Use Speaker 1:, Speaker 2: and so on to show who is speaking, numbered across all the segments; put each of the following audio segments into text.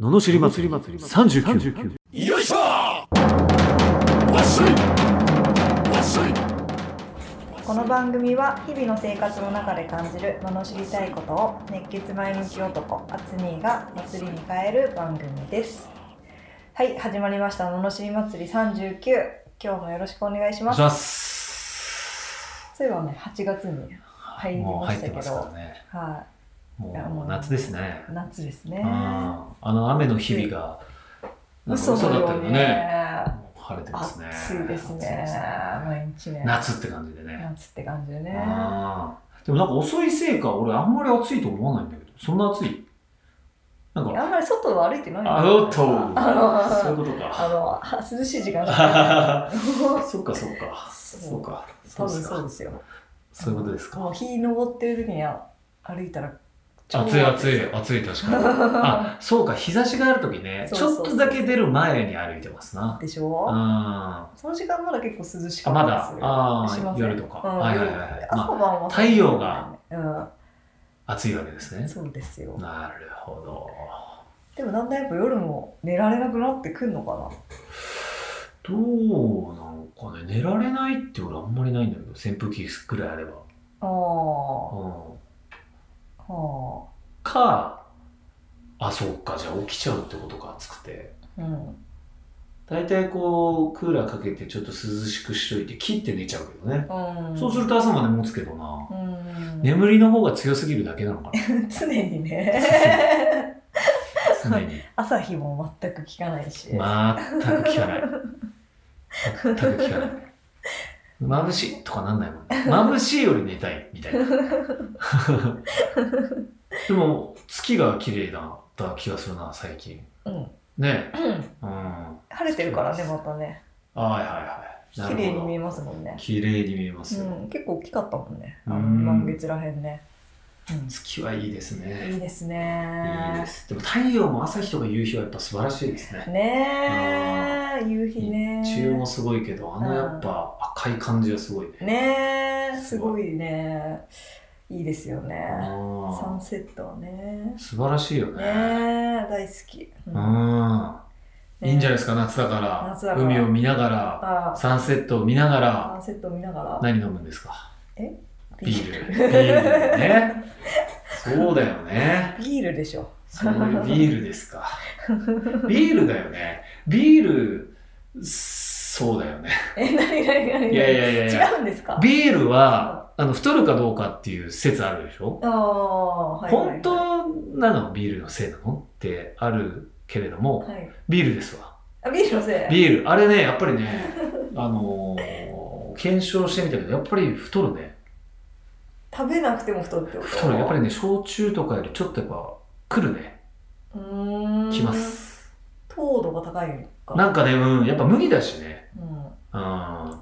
Speaker 1: ののしり祭り39
Speaker 2: よいしょわっしょいわっしょい
Speaker 3: この番組は日々の生活の中で感じる罵りたいことを熱血前向き男アツニーが祭りに変える番組ですはい始まりました罵り祭り39今日もよろしくお願いし
Speaker 4: お願
Speaker 3: ま
Speaker 4: い
Speaker 3: す
Speaker 4: します。
Speaker 3: そういえばね8月に入り
Speaker 4: もう
Speaker 3: ま
Speaker 4: 入
Speaker 3: し
Speaker 4: って
Speaker 3: たけ
Speaker 4: ます
Speaker 3: ど
Speaker 4: からね。
Speaker 3: は
Speaker 4: も
Speaker 3: いや
Speaker 4: うもう夏ですね。
Speaker 3: い夏です
Speaker 4: う
Speaker 3: ね
Speaker 4: んあの雨の日々が、なんか
Speaker 3: 嘘のように
Speaker 4: ね。
Speaker 3: ね
Speaker 4: もう晴れてますね。
Speaker 3: 暑いです
Speaker 4: 暑
Speaker 3: ね
Speaker 4: いですね
Speaker 3: 毎日ね
Speaker 4: 夏って感じでね。
Speaker 3: 夏って感じで
Speaker 4: う
Speaker 3: ね
Speaker 4: んでもなんか遅いせいか、俺あんまり暑いと思わないんだけど、そんな暑いなん
Speaker 3: あ
Speaker 4: か、
Speaker 3: んまり外を歩いてない
Speaker 4: あ、おっと、
Speaker 3: あの
Speaker 4: そういうこと
Speaker 3: あ
Speaker 4: か。
Speaker 3: のは涼しい時間し かない
Speaker 4: そっかそっか。
Speaker 3: そう
Speaker 4: そうか。
Speaker 3: 多
Speaker 4: そうで
Speaker 3: 分
Speaker 4: す
Speaker 3: そう
Speaker 4: か
Speaker 3: で。すよ
Speaker 4: そういうことですか
Speaker 3: もう。日昇ってる時にあ歩いたら超
Speaker 4: 暑い暑
Speaker 3: です
Speaker 4: い暑い確かにあそうか日差しがある時ね
Speaker 3: そうそうそう
Speaker 4: ちょっとだけ出る前に歩いてますな
Speaker 3: でし
Speaker 4: うん
Speaker 3: ょ
Speaker 4: あ
Speaker 3: その時間まだ結構涼しか
Speaker 4: ま
Speaker 3: った
Speaker 4: だ
Speaker 3: りする
Speaker 4: あ
Speaker 3: しま
Speaker 4: ー
Speaker 3: せん
Speaker 4: 夜とか、
Speaker 3: うん
Speaker 4: はいはいはい、
Speaker 3: 朝
Speaker 4: ま
Speaker 3: 晩は
Speaker 4: 太陽が
Speaker 3: う
Speaker 4: あ、暑いわけです
Speaker 3: ん
Speaker 4: ね
Speaker 3: そうですよ
Speaker 4: なるほど
Speaker 3: でもだんだんやっぱ夜も寝られなくなってくんのか
Speaker 4: どうなのかね寝られないって俺あんまりないんだけど扇風機くらいあれば、
Speaker 3: なああ
Speaker 4: うん、
Speaker 3: は
Speaker 4: かあそうかじゃあ起きちゃうってことか暑くて
Speaker 3: あうん
Speaker 4: 大体こうクーラーかけてちょっと涼しくしといて切って寝ちゃうけどね
Speaker 3: うん
Speaker 4: そうすると朝まで持つけどな。
Speaker 3: うん
Speaker 4: 眠りの方が強すぎるだけなのか な。
Speaker 3: 常にね
Speaker 4: 常に。
Speaker 3: 朝日も全く効かないし、
Speaker 4: 全く効かない。全く効かない。眩しいとかなんないもん、ね。眩しいより寝たいみたいな。でも月が綺麗だった気がするな最近。
Speaker 3: うん、
Speaker 4: ね。
Speaker 3: うん
Speaker 4: うん。はい
Speaker 3: 晴れてるからねまたね
Speaker 4: はいはい。な
Speaker 3: 綺麗
Speaker 4: る
Speaker 3: に見え
Speaker 4: ほど。
Speaker 3: ますもんね
Speaker 4: 綺麗に見えますよ。
Speaker 3: うん、結構大きかったもんね。あ
Speaker 4: うん
Speaker 3: の満月らへんね。う
Speaker 4: 月はいいです
Speaker 3: ん、いい
Speaker 4: ね。
Speaker 3: です
Speaker 4: いい
Speaker 3: ね
Speaker 4: で。す。でも太陽も朝日とか夕日はやっぱ素晴らしいですね。
Speaker 3: ねえ、夕日ね。
Speaker 4: 中もすごいけどあのやっぱ赤い感じはすごいね
Speaker 3: ねえ、す
Speaker 4: すご
Speaker 3: ごいね。いいですよね。
Speaker 4: うん
Speaker 3: サンセットはね。
Speaker 4: 素晴らしいよね
Speaker 3: ねえ、大好き。
Speaker 4: う
Speaker 3: う
Speaker 4: ん
Speaker 3: ね
Speaker 4: ん
Speaker 3: え
Speaker 4: いいんじゃないですか夏だから
Speaker 3: 夏だから
Speaker 4: 海を見ながら
Speaker 3: あ
Speaker 4: サンセットを見なが
Speaker 3: サ
Speaker 4: ら
Speaker 3: ンセットを見ながら。
Speaker 4: 何飲むんですかビールビー
Speaker 3: ル。
Speaker 4: ルねそうだよね
Speaker 3: ビールでしょ。
Speaker 4: そういうビールですかビールだよねビールそうだよね
Speaker 3: え、なになになに
Speaker 4: いやいやいやいや
Speaker 3: 違うんですか
Speaker 4: ビールはあの太るかどうかっていう説あるでしょ
Speaker 3: ああ、はいはいはい。
Speaker 4: 本当なのビールのせいなのってあるけれども
Speaker 3: はい。
Speaker 4: ビールですわ
Speaker 3: あ、ビールのせい。
Speaker 4: ビールあれねやっぱりね あのー検証してみたけどやっぱり太るね
Speaker 3: 食べなくても太るってこと
Speaker 4: 太るやっぱりね焼酎とかよりちょっとやっぱ来るね
Speaker 3: うーん
Speaker 4: きます
Speaker 3: 糖度が高いのか
Speaker 4: なんかねうんやっぱ麦だしね
Speaker 3: うんう
Speaker 4: うん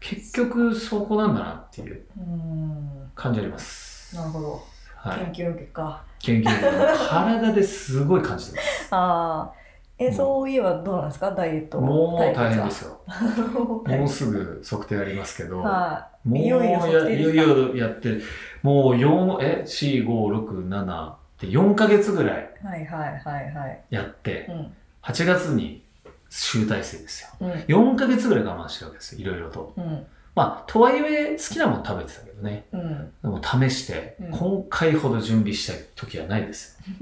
Speaker 4: 結局そこなんだなっていう
Speaker 3: ーん
Speaker 4: 感じあります
Speaker 3: なるほど、
Speaker 4: はい
Speaker 3: 研究の結果
Speaker 4: 研究で体ですごい感じて ます
Speaker 3: ああえ、
Speaker 4: うん
Speaker 3: そういえばどうなんですかダイエット
Speaker 4: もう大変ですすよも
Speaker 3: は
Speaker 4: うすぐ測定ありますけど、もう
Speaker 3: いよいよ測定
Speaker 4: や
Speaker 3: です
Speaker 4: い
Speaker 3: か
Speaker 4: よいよやって、もう4、え、4、5、6、7って4ヶ月ぐらい
Speaker 3: いはいはいはいはい
Speaker 4: やって
Speaker 3: う、ん
Speaker 4: 8月に集大成ですよ。
Speaker 3: うん
Speaker 4: 4ヶ月ぐらい我慢してるわけですよ、いろいろと。
Speaker 3: うん
Speaker 4: まあ、とはいえ好きなもの食べてたけどね。
Speaker 3: うん、
Speaker 4: でも試して
Speaker 3: うん、
Speaker 4: 今回ほど準備した時はないですよ。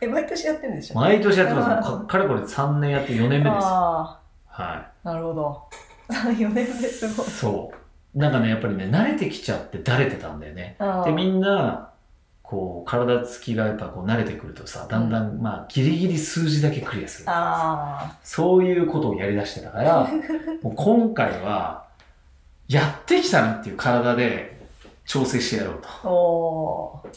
Speaker 3: え毎年やってるんでしょ
Speaker 4: 毎年やってますよ。か かれこれ3年やって4年目です。
Speaker 3: あ
Speaker 4: は
Speaker 3: あなるほど 4年目すごい
Speaker 4: い。そう。なんかね、やっぱりね、慣れてきちゃってだれてたんだよね。
Speaker 3: あ
Speaker 4: でみんなこう体つきがやっぱこう慣れてくるとさだんだん、まあギリギリ数字だけクリアする
Speaker 3: あ
Speaker 4: そういうことをやりだしてたから もう今回はやってきたなっていう体で調整してやろうと
Speaker 3: あおー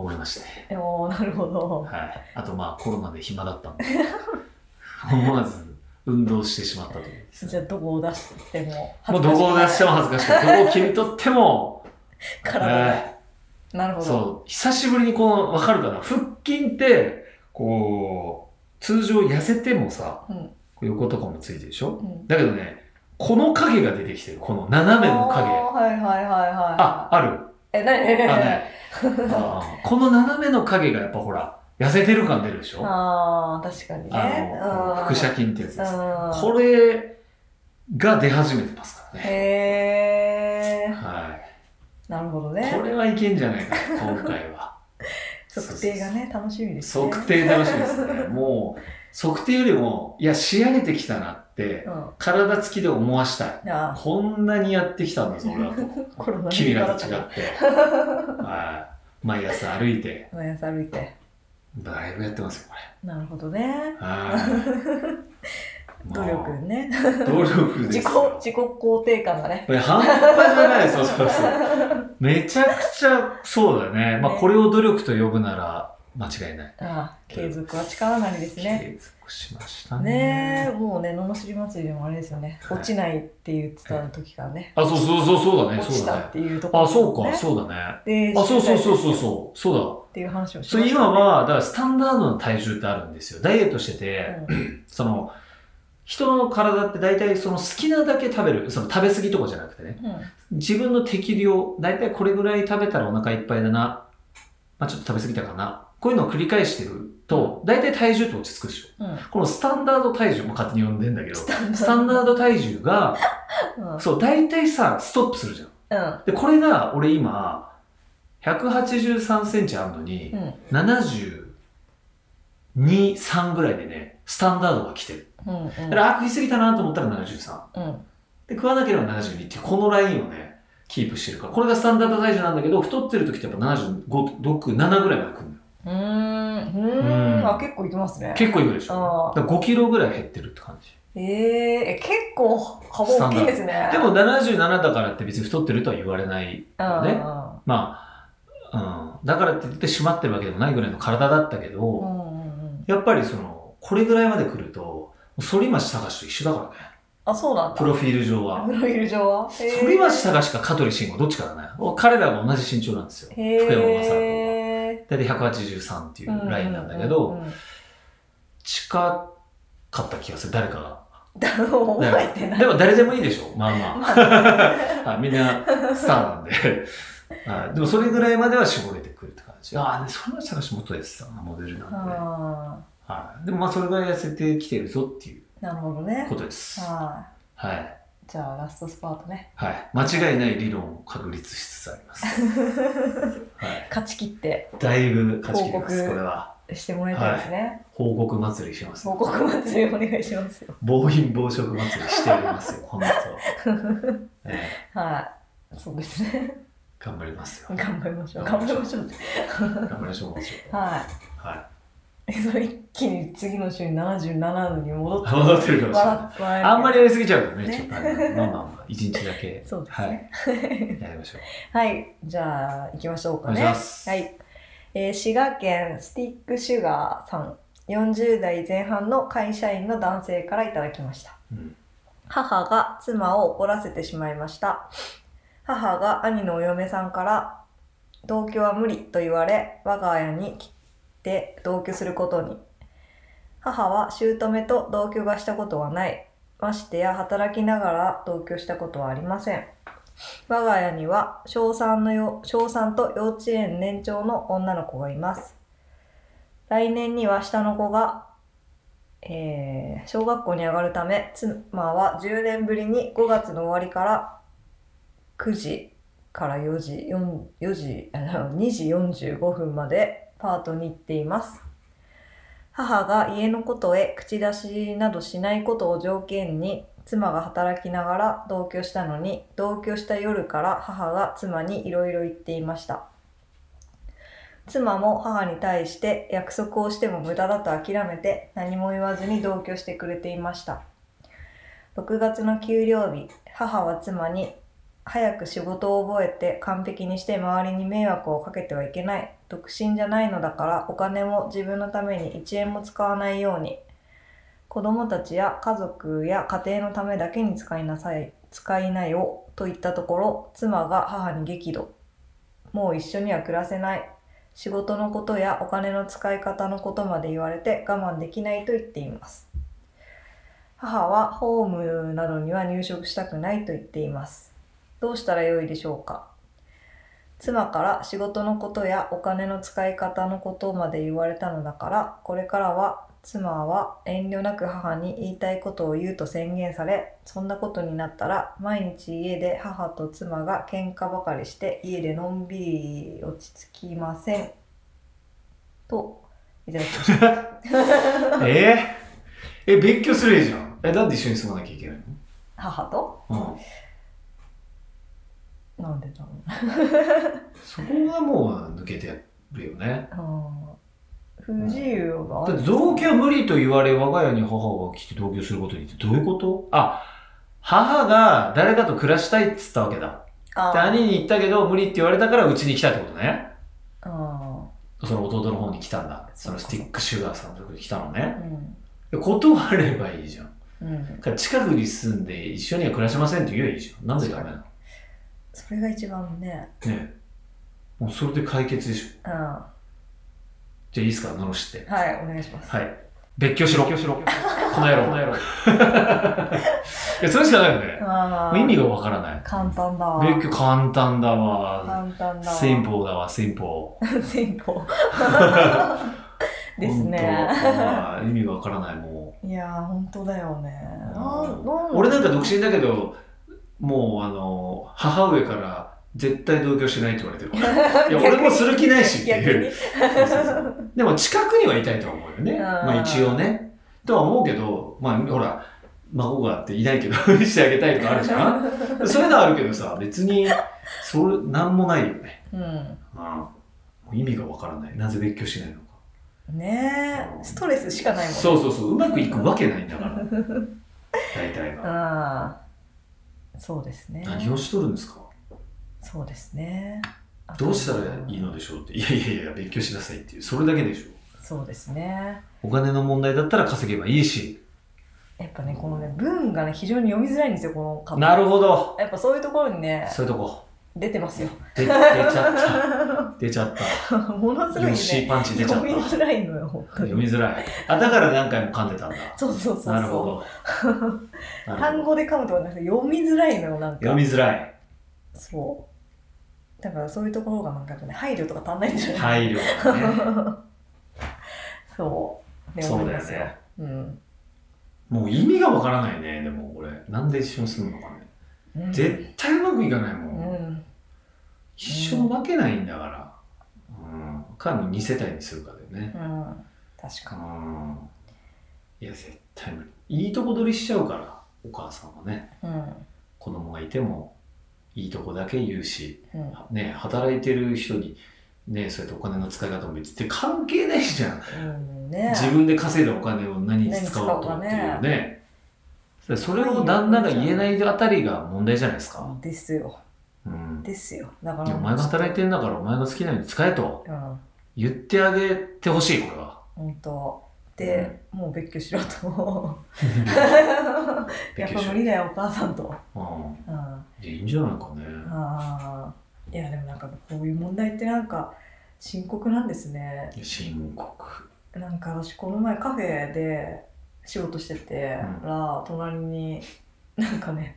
Speaker 4: 思いまして、
Speaker 3: えおーなるほど
Speaker 4: はい、あとまあコロナで暇だったんで思わず運動してしまったというですね
Speaker 3: じゃあどこを出しても
Speaker 4: もうどこを出して
Speaker 3: も
Speaker 4: も恥ずかしくないどこを切り取っても、
Speaker 3: 体
Speaker 4: はい
Speaker 3: がなるほど
Speaker 4: そう、久しぶりにこの、わかるかな腹筋って、こう、通常痩せてもさ、
Speaker 3: うん
Speaker 4: 横とかもついてるでしょ
Speaker 3: うん
Speaker 4: だけどね、この影が出てきてる。この斜めの
Speaker 3: あ
Speaker 4: 影。
Speaker 3: ーはいはいはいはい。
Speaker 4: あ、ある
Speaker 3: え、なに
Speaker 4: あ、ない。あーこの斜めの影がやっぱほら、痩せてる感出るでしょ
Speaker 3: ああ、確かに
Speaker 4: あ
Speaker 3: ね。
Speaker 4: の、腹斜筋ってやつです。
Speaker 3: 筋
Speaker 4: これが出始めてますからね。
Speaker 3: へえ、
Speaker 4: は
Speaker 3: なるほど
Speaker 4: い。こ
Speaker 3: ね。
Speaker 4: れはいけんじゃないかな、今回は。
Speaker 3: 測定がね、楽しみですね。
Speaker 4: 測定楽しみです ね。もう、測定よりも、いや、仕上げてきたなって、
Speaker 3: うん。
Speaker 4: 体つきで思わしたい。
Speaker 3: ああ、
Speaker 4: こんなにやってきたんだぞ、俺はと。
Speaker 3: コロナ
Speaker 4: 君らと違
Speaker 3: か
Speaker 4: っ
Speaker 3: ら
Speaker 4: て。はい。毎朝歩いて、
Speaker 3: 毎朝歩いて。
Speaker 4: だいぶやってますよ、これ。
Speaker 3: なるほどね。
Speaker 4: はい。
Speaker 3: 努力
Speaker 4: も
Speaker 3: ね。
Speaker 4: う。努力です
Speaker 3: 自己、
Speaker 4: よ。
Speaker 3: 自己肯定感がね。
Speaker 4: これ半端じゃない、そうそうそう。めちゃくちゃ、そうだね。まあ、
Speaker 3: ね
Speaker 4: これを努力と呼ぶなら、間違いない。
Speaker 3: ああ、継続は力なりですね。
Speaker 4: 継続しましたね。
Speaker 3: ねえ、もうね、ののしり祭りでもあれですよね。
Speaker 4: はい
Speaker 3: 落ちないって言ってた時からね。
Speaker 4: あ、そうそうそう、そうだね、
Speaker 3: 落
Speaker 4: そ
Speaker 3: ち
Speaker 4: う
Speaker 3: た
Speaker 4: だ
Speaker 3: っ
Speaker 4: ね。
Speaker 3: ていうところ、
Speaker 4: あ、そうか、そうだね。
Speaker 3: う。で、
Speaker 4: あ、そうそうそううそうそう、そうだ。
Speaker 3: っていう話をし
Speaker 4: そ
Speaker 3: ま
Speaker 4: れ
Speaker 3: したね
Speaker 4: 今、は、だからスタンダードな体重ってあるんですよ。ダイエットしてて、
Speaker 3: うん
Speaker 4: その、人の体って大体その好きなだけ食べる、その食べ過ぎとかじゃなくてね、
Speaker 3: うん
Speaker 4: 自分の適量、大体これぐらい食べたらお腹いっぱいだな、まあちょっと食べ過ぎたかな、こういうのを繰り返してると、大体体重って落ち着くでしょ。
Speaker 3: うん
Speaker 4: このスタンダード体重も勝手に呼んでんだけど、ス
Speaker 3: ス
Speaker 4: タン
Speaker 3: ー
Speaker 4: ダード体重が、
Speaker 3: ド。うん
Speaker 4: そう、大体さ、ストップするじゃん。
Speaker 3: うん。
Speaker 4: で、これが俺今、183センチあるのに、
Speaker 3: うん
Speaker 4: 72、3ぐらいでね、スタンダードが来てる。
Speaker 3: うんうん
Speaker 4: だから、あ、食いすぎたなと思ったら73。
Speaker 3: うん
Speaker 4: で、食わなければ72っていう、このラインをね、キープしてるから。これがスタンダード体重なんだけど、太ってる時ってやっぱ75、6、7ぐらいまで来るのよ。
Speaker 3: うーんう
Speaker 4: う
Speaker 3: ー
Speaker 4: ん
Speaker 3: んあ結構いきますね
Speaker 4: 結構いくでし
Speaker 3: あ
Speaker 4: ょ
Speaker 3: あ。
Speaker 4: だから5キロぐらい減ってるって感じ。
Speaker 3: えーえ結構幅大きいですね
Speaker 4: でも77だからって別に太ってるとは言われないよね。
Speaker 3: う
Speaker 4: まあ、うん。だからって言って締まってるわけでもないぐらいの体だったけど、
Speaker 3: んうんうんうん
Speaker 4: やっぱりその、これぐらいまで来ると、反町隆史と一緒だからね。
Speaker 3: あそうなんだ
Speaker 4: プロフィール上は。
Speaker 3: プロフィール上は
Speaker 4: 反町隆史か香取慎吾、どっちかだね。彼らが同じ身長なんですよ。
Speaker 3: へ
Speaker 4: 福山雅治とか
Speaker 3: え
Speaker 4: 大体183っていうラインなんだけど、近かった気がする、誰かが。
Speaker 3: だろう覚えてない
Speaker 4: でも誰でもいいでしょ、まあま
Speaker 3: まあね
Speaker 4: あ。 はいみんなスターなんで。はいでもそれぐらいまでは絞れてくるって感じ。ああ、ね、反町隆史元ですな、モデルなんで。
Speaker 3: あ
Speaker 4: はい、でもまあそれぐらい痩せてきてるぞっていう
Speaker 3: ーなるほどね
Speaker 4: ことです。
Speaker 3: は
Speaker 4: はい。
Speaker 3: いじゃあラストスパートね
Speaker 4: はい。間違いない理論を確立しつつあり ます。はい。
Speaker 3: 勝ち切って
Speaker 4: だいぶ勝ち切りま
Speaker 3: 報
Speaker 4: す、
Speaker 3: 告
Speaker 4: これは。
Speaker 3: してもらいたいですね
Speaker 4: 報告祭りします。
Speaker 3: 報告祭りお願いします よ
Speaker 4: 暴飲暴食祭りしておりますよ、本当。ええ
Speaker 3: はいそうですね
Speaker 4: 頑張りますよ。
Speaker 3: 頑張りましょう頑張りましょうって
Speaker 4: 頑張りましょう、もちろん。
Speaker 3: はい
Speaker 4: は
Speaker 3: えそれ一気に次の週に77度に戻って
Speaker 4: い。 戻ってるかもしれ
Speaker 3: 笑
Speaker 4: な
Speaker 3: って笑え
Speaker 4: い。
Speaker 3: る
Speaker 4: あんまりやりすぎちゃうからね、
Speaker 3: ね
Speaker 4: ちょっとあれ。まあまあまあ、一日だけ。
Speaker 3: そうですね
Speaker 4: はい。やりましょう。
Speaker 3: はい、じゃあ行きましょう
Speaker 4: お
Speaker 3: か
Speaker 4: 願い
Speaker 3: ね
Speaker 4: します。
Speaker 3: はい、えー滋賀県スティックシュガーさん40代前半の会社員の男性からいただきました
Speaker 4: うん。
Speaker 3: 母が妻を怒らせてしまいました母が兄のお嫁さんから同居は無理と言われ我が家に来て同居することに母は姑と同居がしたことはないましてや働きながら同居したことはありません我が家には小3のよ小三と幼稚園年長の女の子がいます来年には下の子がえー小学校に上がるため妻は10年ぶりに5月の終わりから9時から4時 4, 4時あの2時45分までパートに行っています母が家のことへ口出しなどしないことを条件に妻が働きながら同居したのに同居した夜から母が妻にいろいろ言っていました妻も母に対して約束をしても無駄だと諦めて何も言わずに同居してくれていました6月の給料日母は妻に早く仕事を覚えて完璧にして周りに迷惑をかけてはいけない独身じゃないのだからお金も自分のために1円も使わないように子供たちや家族や家庭のためだけに使いなさい使いなよと言ったところ妻が母に激怒もう一緒には暮らせない仕事のことやお金の使い方のことまで言われて我慢できないと言っています母はホームなどには入職したくないと言っていますどうしたらよいでしょうか妻から仕事のことやお金の使い方のことまで言われたのだからこれからは妻は遠慮なく母に言いたいことを言うと宣言されそんなことになったら毎日家で母と妻が喧嘩ばかりして家でのんびり落ち着きませんといただきました
Speaker 4: えー、え、勉強するえじゃん。え、なんで一緒に住まなきゃいけない
Speaker 3: 母と
Speaker 4: のうん。
Speaker 3: なんでだろ
Speaker 4: そこはもう抜けてるよね。
Speaker 3: ううん不自由があ
Speaker 4: だ
Speaker 3: る
Speaker 4: って同居は無理と言われ、我が家に母が来て同居することにってどういうことあ、母が誰かと暮らしたいっつったわけだ。
Speaker 3: あ
Speaker 4: で兄に言ったけど無理って言われたからうちに来たってことね。
Speaker 3: あ
Speaker 4: その弟の方に来たんだ。そのスティックシュガーさんのとこに来たのね。
Speaker 3: うん
Speaker 4: で断ればいいじゃん。
Speaker 3: うん
Speaker 4: だから近くに住んで一緒には暮らしませんって言えばいいじゃん。なんでダメなの
Speaker 3: それが一番ね
Speaker 4: ねえもうそれで解決でしょ。
Speaker 3: うんは
Speaker 4: じゃあいいっすか、罵って。
Speaker 3: いお願いします
Speaker 4: はい。別居しろ。この野郎。この野 郎。いや、それしかないよね。
Speaker 3: あ
Speaker 4: もう
Speaker 3: ー
Speaker 4: 意味がわからない。
Speaker 3: 簡単だわ
Speaker 4: 別居簡単だわ。
Speaker 3: 簡単だわ
Speaker 4: 戦法だわ、戦法。
Speaker 3: 戦法ですね
Speaker 4: 本当あー意味がわからない、も
Speaker 3: いやー本当だよね
Speaker 4: う。
Speaker 3: なん
Speaker 4: うん
Speaker 3: なん
Speaker 4: 俺なんか独身だけど、もうあの、母上から絶対同居しないって言われてる。 いや、俺もする気ないしって
Speaker 3: 逆
Speaker 4: いう。
Speaker 3: に
Speaker 4: でも近くにはいたいとは思うよね。
Speaker 3: ん
Speaker 4: まあ一応ね。とは思うけど、まあほら、孫があっていないけど、 してあげたいとかあるじゃん。そういうのはあるけどさ、別に、それ、なんもないよね。
Speaker 3: うん
Speaker 4: うん。もう意味がわからない。なぜ別居しないのか。
Speaker 3: ねえストレスしかないもんね
Speaker 4: そうそうそう、うまくいくわけないんだから。大体が。
Speaker 3: あーそうですね
Speaker 4: 何をしとるんですか
Speaker 3: そうですね
Speaker 4: どうしたらいいのでしょうって。いやいやいや、別居しなさいっていう。それだけでしょ。
Speaker 3: そうですね
Speaker 4: お金の問題だったら稼げばいいし。
Speaker 3: やっぱねこのね文がね非常に読みづらいんですよこの方
Speaker 4: なるほど。
Speaker 3: やっぱそういうところにね
Speaker 4: そういうと こ。
Speaker 3: 出てますよ
Speaker 4: で出ちゃった。出ちゃった。
Speaker 3: ものすご
Speaker 4: ヨ
Speaker 3: い
Speaker 4: ッシー
Speaker 3: ね
Speaker 4: パンチ出ちゃっ
Speaker 3: 読みづ
Speaker 4: た。
Speaker 3: らいのよ本当
Speaker 4: 読み
Speaker 3: に
Speaker 4: づらい。あ、だから何回も噛んでたんだ。
Speaker 3: そうそうそうそう
Speaker 4: なるほ ど。なる
Speaker 3: 単
Speaker 4: ほど
Speaker 3: 語で噛むとかじゃなくて読みづらいのよなんか
Speaker 4: 読みづらい。
Speaker 3: そうだからそういうところがなんかね配慮とか足んないんじゃない、
Speaker 4: 配慮がね。
Speaker 3: そう
Speaker 4: そうだよね
Speaker 3: 思いますうん
Speaker 4: もう意味がわからないね。でもこれ。なんで一緒に住むのかね。
Speaker 3: うん
Speaker 4: 絶対うまくいかないうもん。
Speaker 3: ん
Speaker 4: 一生負けないんだから。うん。かも2世帯にするかだよね。
Speaker 3: うん確
Speaker 4: う
Speaker 3: か
Speaker 4: ん。いや、絶対無理。いいとこ取りしちゃうから、お母さんはね。
Speaker 3: にうん
Speaker 4: 子供がいても、いいとこだけ言うし。
Speaker 3: うん
Speaker 4: ね、働いてる人に、ね、そうやってお金の使い方も言ってて関係ないじゃん、
Speaker 3: うんね
Speaker 4: 自分で稼いだお金を何に使おうと
Speaker 3: 何
Speaker 4: っ
Speaker 3: に
Speaker 4: て
Speaker 3: 使おう
Speaker 4: いう
Speaker 3: か
Speaker 4: ねそれそれを旦那が言えないあたりが問題じゃないですか、
Speaker 3: ですよ
Speaker 4: うん、
Speaker 3: ですよだか
Speaker 4: いや
Speaker 3: ら
Speaker 4: お前が働いてんだからお前が好きなように使えと
Speaker 3: うん
Speaker 4: 言ってあげてほしいこれ は
Speaker 3: 本当で、もう別居 しろとや
Speaker 4: 勉
Speaker 3: っ
Speaker 4: 強
Speaker 3: ぱ
Speaker 4: しよう、う
Speaker 3: 無
Speaker 4: ん、い
Speaker 3: 理だよお母さんと、うん、あ
Speaker 4: やいいんじゃないかね
Speaker 3: あいやでもなんかこういう問題ってなんか深刻なんですね
Speaker 4: 深刻
Speaker 3: なんか私この前カフェで仕事しててら、隣になんかね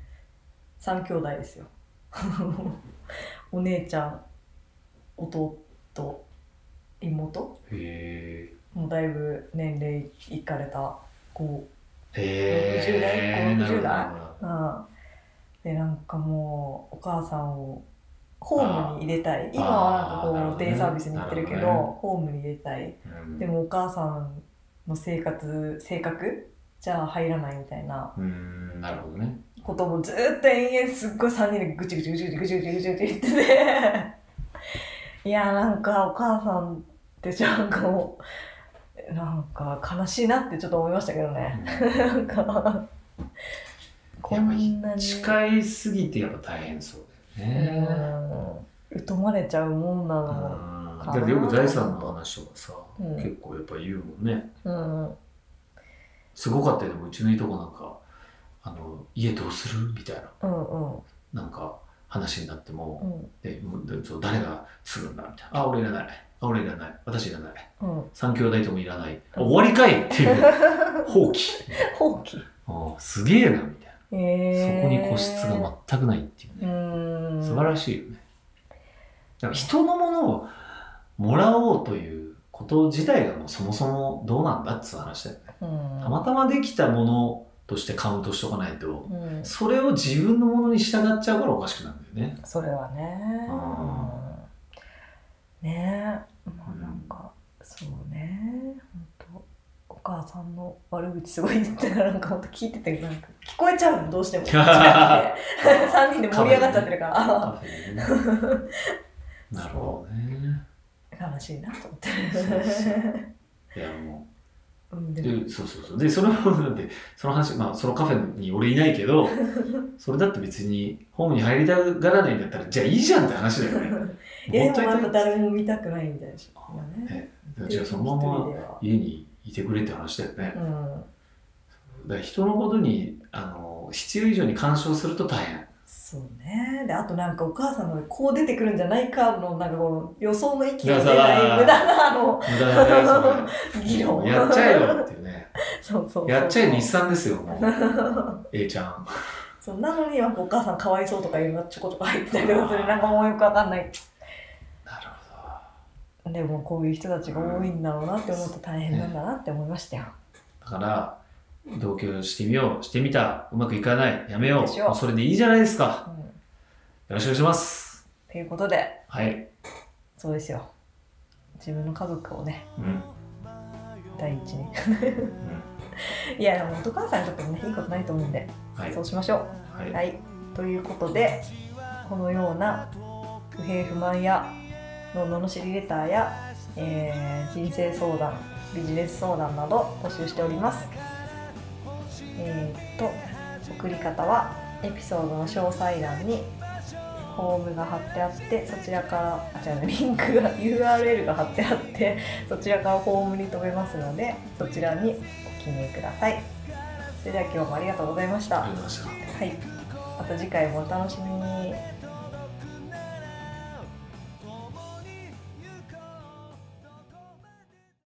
Speaker 3: 3兄弟ですよ お姉ちゃん弟妹
Speaker 4: へ
Speaker 3: もうだいぶ年齢いかれた子、
Speaker 4: えへえ
Speaker 3: 60代
Speaker 4: なるほど
Speaker 3: 50代
Speaker 4: なるほど
Speaker 3: うん、でなんかもうお母さんをホームに入れたい今
Speaker 4: あー
Speaker 3: は
Speaker 4: なる
Speaker 3: なん
Speaker 4: ほど
Speaker 3: かこう
Speaker 4: ね
Speaker 3: デイサービスに行ってるけど
Speaker 4: なるほどね
Speaker 3: ホームに入れたい
Speaker 4: うん
Speaker 3: でもお母さんの生活性格じゃあ入らないみたいな
Speaker 4: うんなるほどね
Speaker 3: こともずーっと延々すっごい3人でぐちぐちぐちぐちぐちぐちぐち言ってて いやなんかお母さんってじゃあこうなんか悲しいなってちょっと思いましたけどねなんか こんなに
Speaker 4: 近いすぎてやっぱ大変そうだよね。
Speaker 3: うん疎まれちゃうもんなの
Speaker 4: うん
Speaker 3: かな
Speaker 4: だってよく財産の話とかさ、
Speaker 3: うん
Speaker 4: 結構やっぱ言うもんね。
Speaker 3: うん
Speaker 4: すごかったよ、でもうちのいとこなんか、あの家どうするみたいな、
Speaker 3: うんうん
Speaker 4: なんか話になっても、
Speaker 3: うん
Speaker 4: でもうでそう誰がするんだみたいな。あ、俺いらない。あ、俺いらない。私いらない。
Speaker 3: うん
Speaker 4: 三兄弟ともいらない。あ
Speaker 3: うん
Speaker 4: 終わりかいっていう、放棄。
Speaker 3: 放棄
Speaker 4: あすげえな、みたい
Speaker 3: そ
Speaker 4: な。そこに個室が全くないっていう
Speaker 3: う
Speaker 4: ね。
Speaker 3: ーん
Speaker 4: 素晴らしいよね。だから人のものをもらおうということ自体がもうそもそもどうなんだっつう話だよね。
Speaker 3: うん
Speaker 4: たまたまできたものとしてカウントしとかないと、
Speaker 3: うん、
Speaker 4: それを自分のものに従っちゃうからおかしくなるんだよ ね。
Speaker 3: それはね
Speaker 4: あ
Speaker 3: ねえまあなんか、そうね本当お母さんの悪口すごい言ってたらなんか本当聞いててなんか聞こえちゃうのどうして も3人で盛り上がっちゃってるからあ
Speaker 4: カフェで ねなるほどね。
Speaker 3: ー悲しいなと思って
Speaker 4: そうそういやもう
Speaker 3: うんでも
Speaker 4: でそうそうそうでそれも だってその話、まあ、そのカフェに俺いないけ どそれだって別にホームに入りたがらないんだったらじゃあいいじゃんって話だよね
Speaker 3: いやでも
Speaker 4: もっ
Speaker 3: なん
Speaker 4: と
Speaker 3: か誰も見たくないみたいでしょ、今ね、
Speaker 4: ねじゃあそのまま家にいてくれって話だよね
Speaker 3: う、ん
Speaker 4: だから人のことにあの必要以上に干渉すると大変
Speaker 3: そうねであとなんかお母さんのこう出てくるんじゃないかのなんかこの予想の域を出ない無駄なあの
Speaker 4: 無駄だね
Speaker 3: 議
Speaker 4: そ
Speaker 3: 論
Speaker 4: れやっちゃえよっていう ね
Speaker 3: そうそうそう
Speaker 4: やっちゃえ日産ですよもう A ちゃん
Speaker 3: そうなのになんかお母さんかわいそうとかいうのがちょこちょこ入ってたりとかするなんかもうよくわかんない
Speaker 4: なるほど
Speaker 3: でもこういう人たちが多いんだろうなって思うと大変なんだなって思いましたよ、
Speaker 4: だから、同居してみよう、してみた、うまくいかない、やめよ
Speaker 3: で
Speaker 4: う、
Speaker 3: しょう
Speaker 4: もうそれでいいじゃないですか。
Speaker 3: うん、
Speaker 4: よろしくお願いします。
Speaker 3: ということで
Speaker 4: はい。
Speaker 3: そうですよ自分の家族をね
Speaker 4: うん。
Speaker 3: 第一に
Speaker 4: うん。
Speaker 3: いやでもお母さんにとってもねいいことないと思うんで、
Speaker 4: はい
Speaker 3: そ。うしましょ
Speaker 4: は
Speaker 3: う
Speaker 4: い。
Speaker 3: はいということでこのような不平不満やの罵りレターや、えー人生相談ビジネス相談など募集しておりますえーっと送り方はエピソードの詳細欄にフォームが貼ってあってそちらからあ違うねリンクが URL が貼ってあってそちらからフォームに飛べますのでそちらにお記入くださいそれでは今日もありがとうございました
Speaker 4: ありがとうございました。
Speaker 3: はい、また次回もお楽しみに。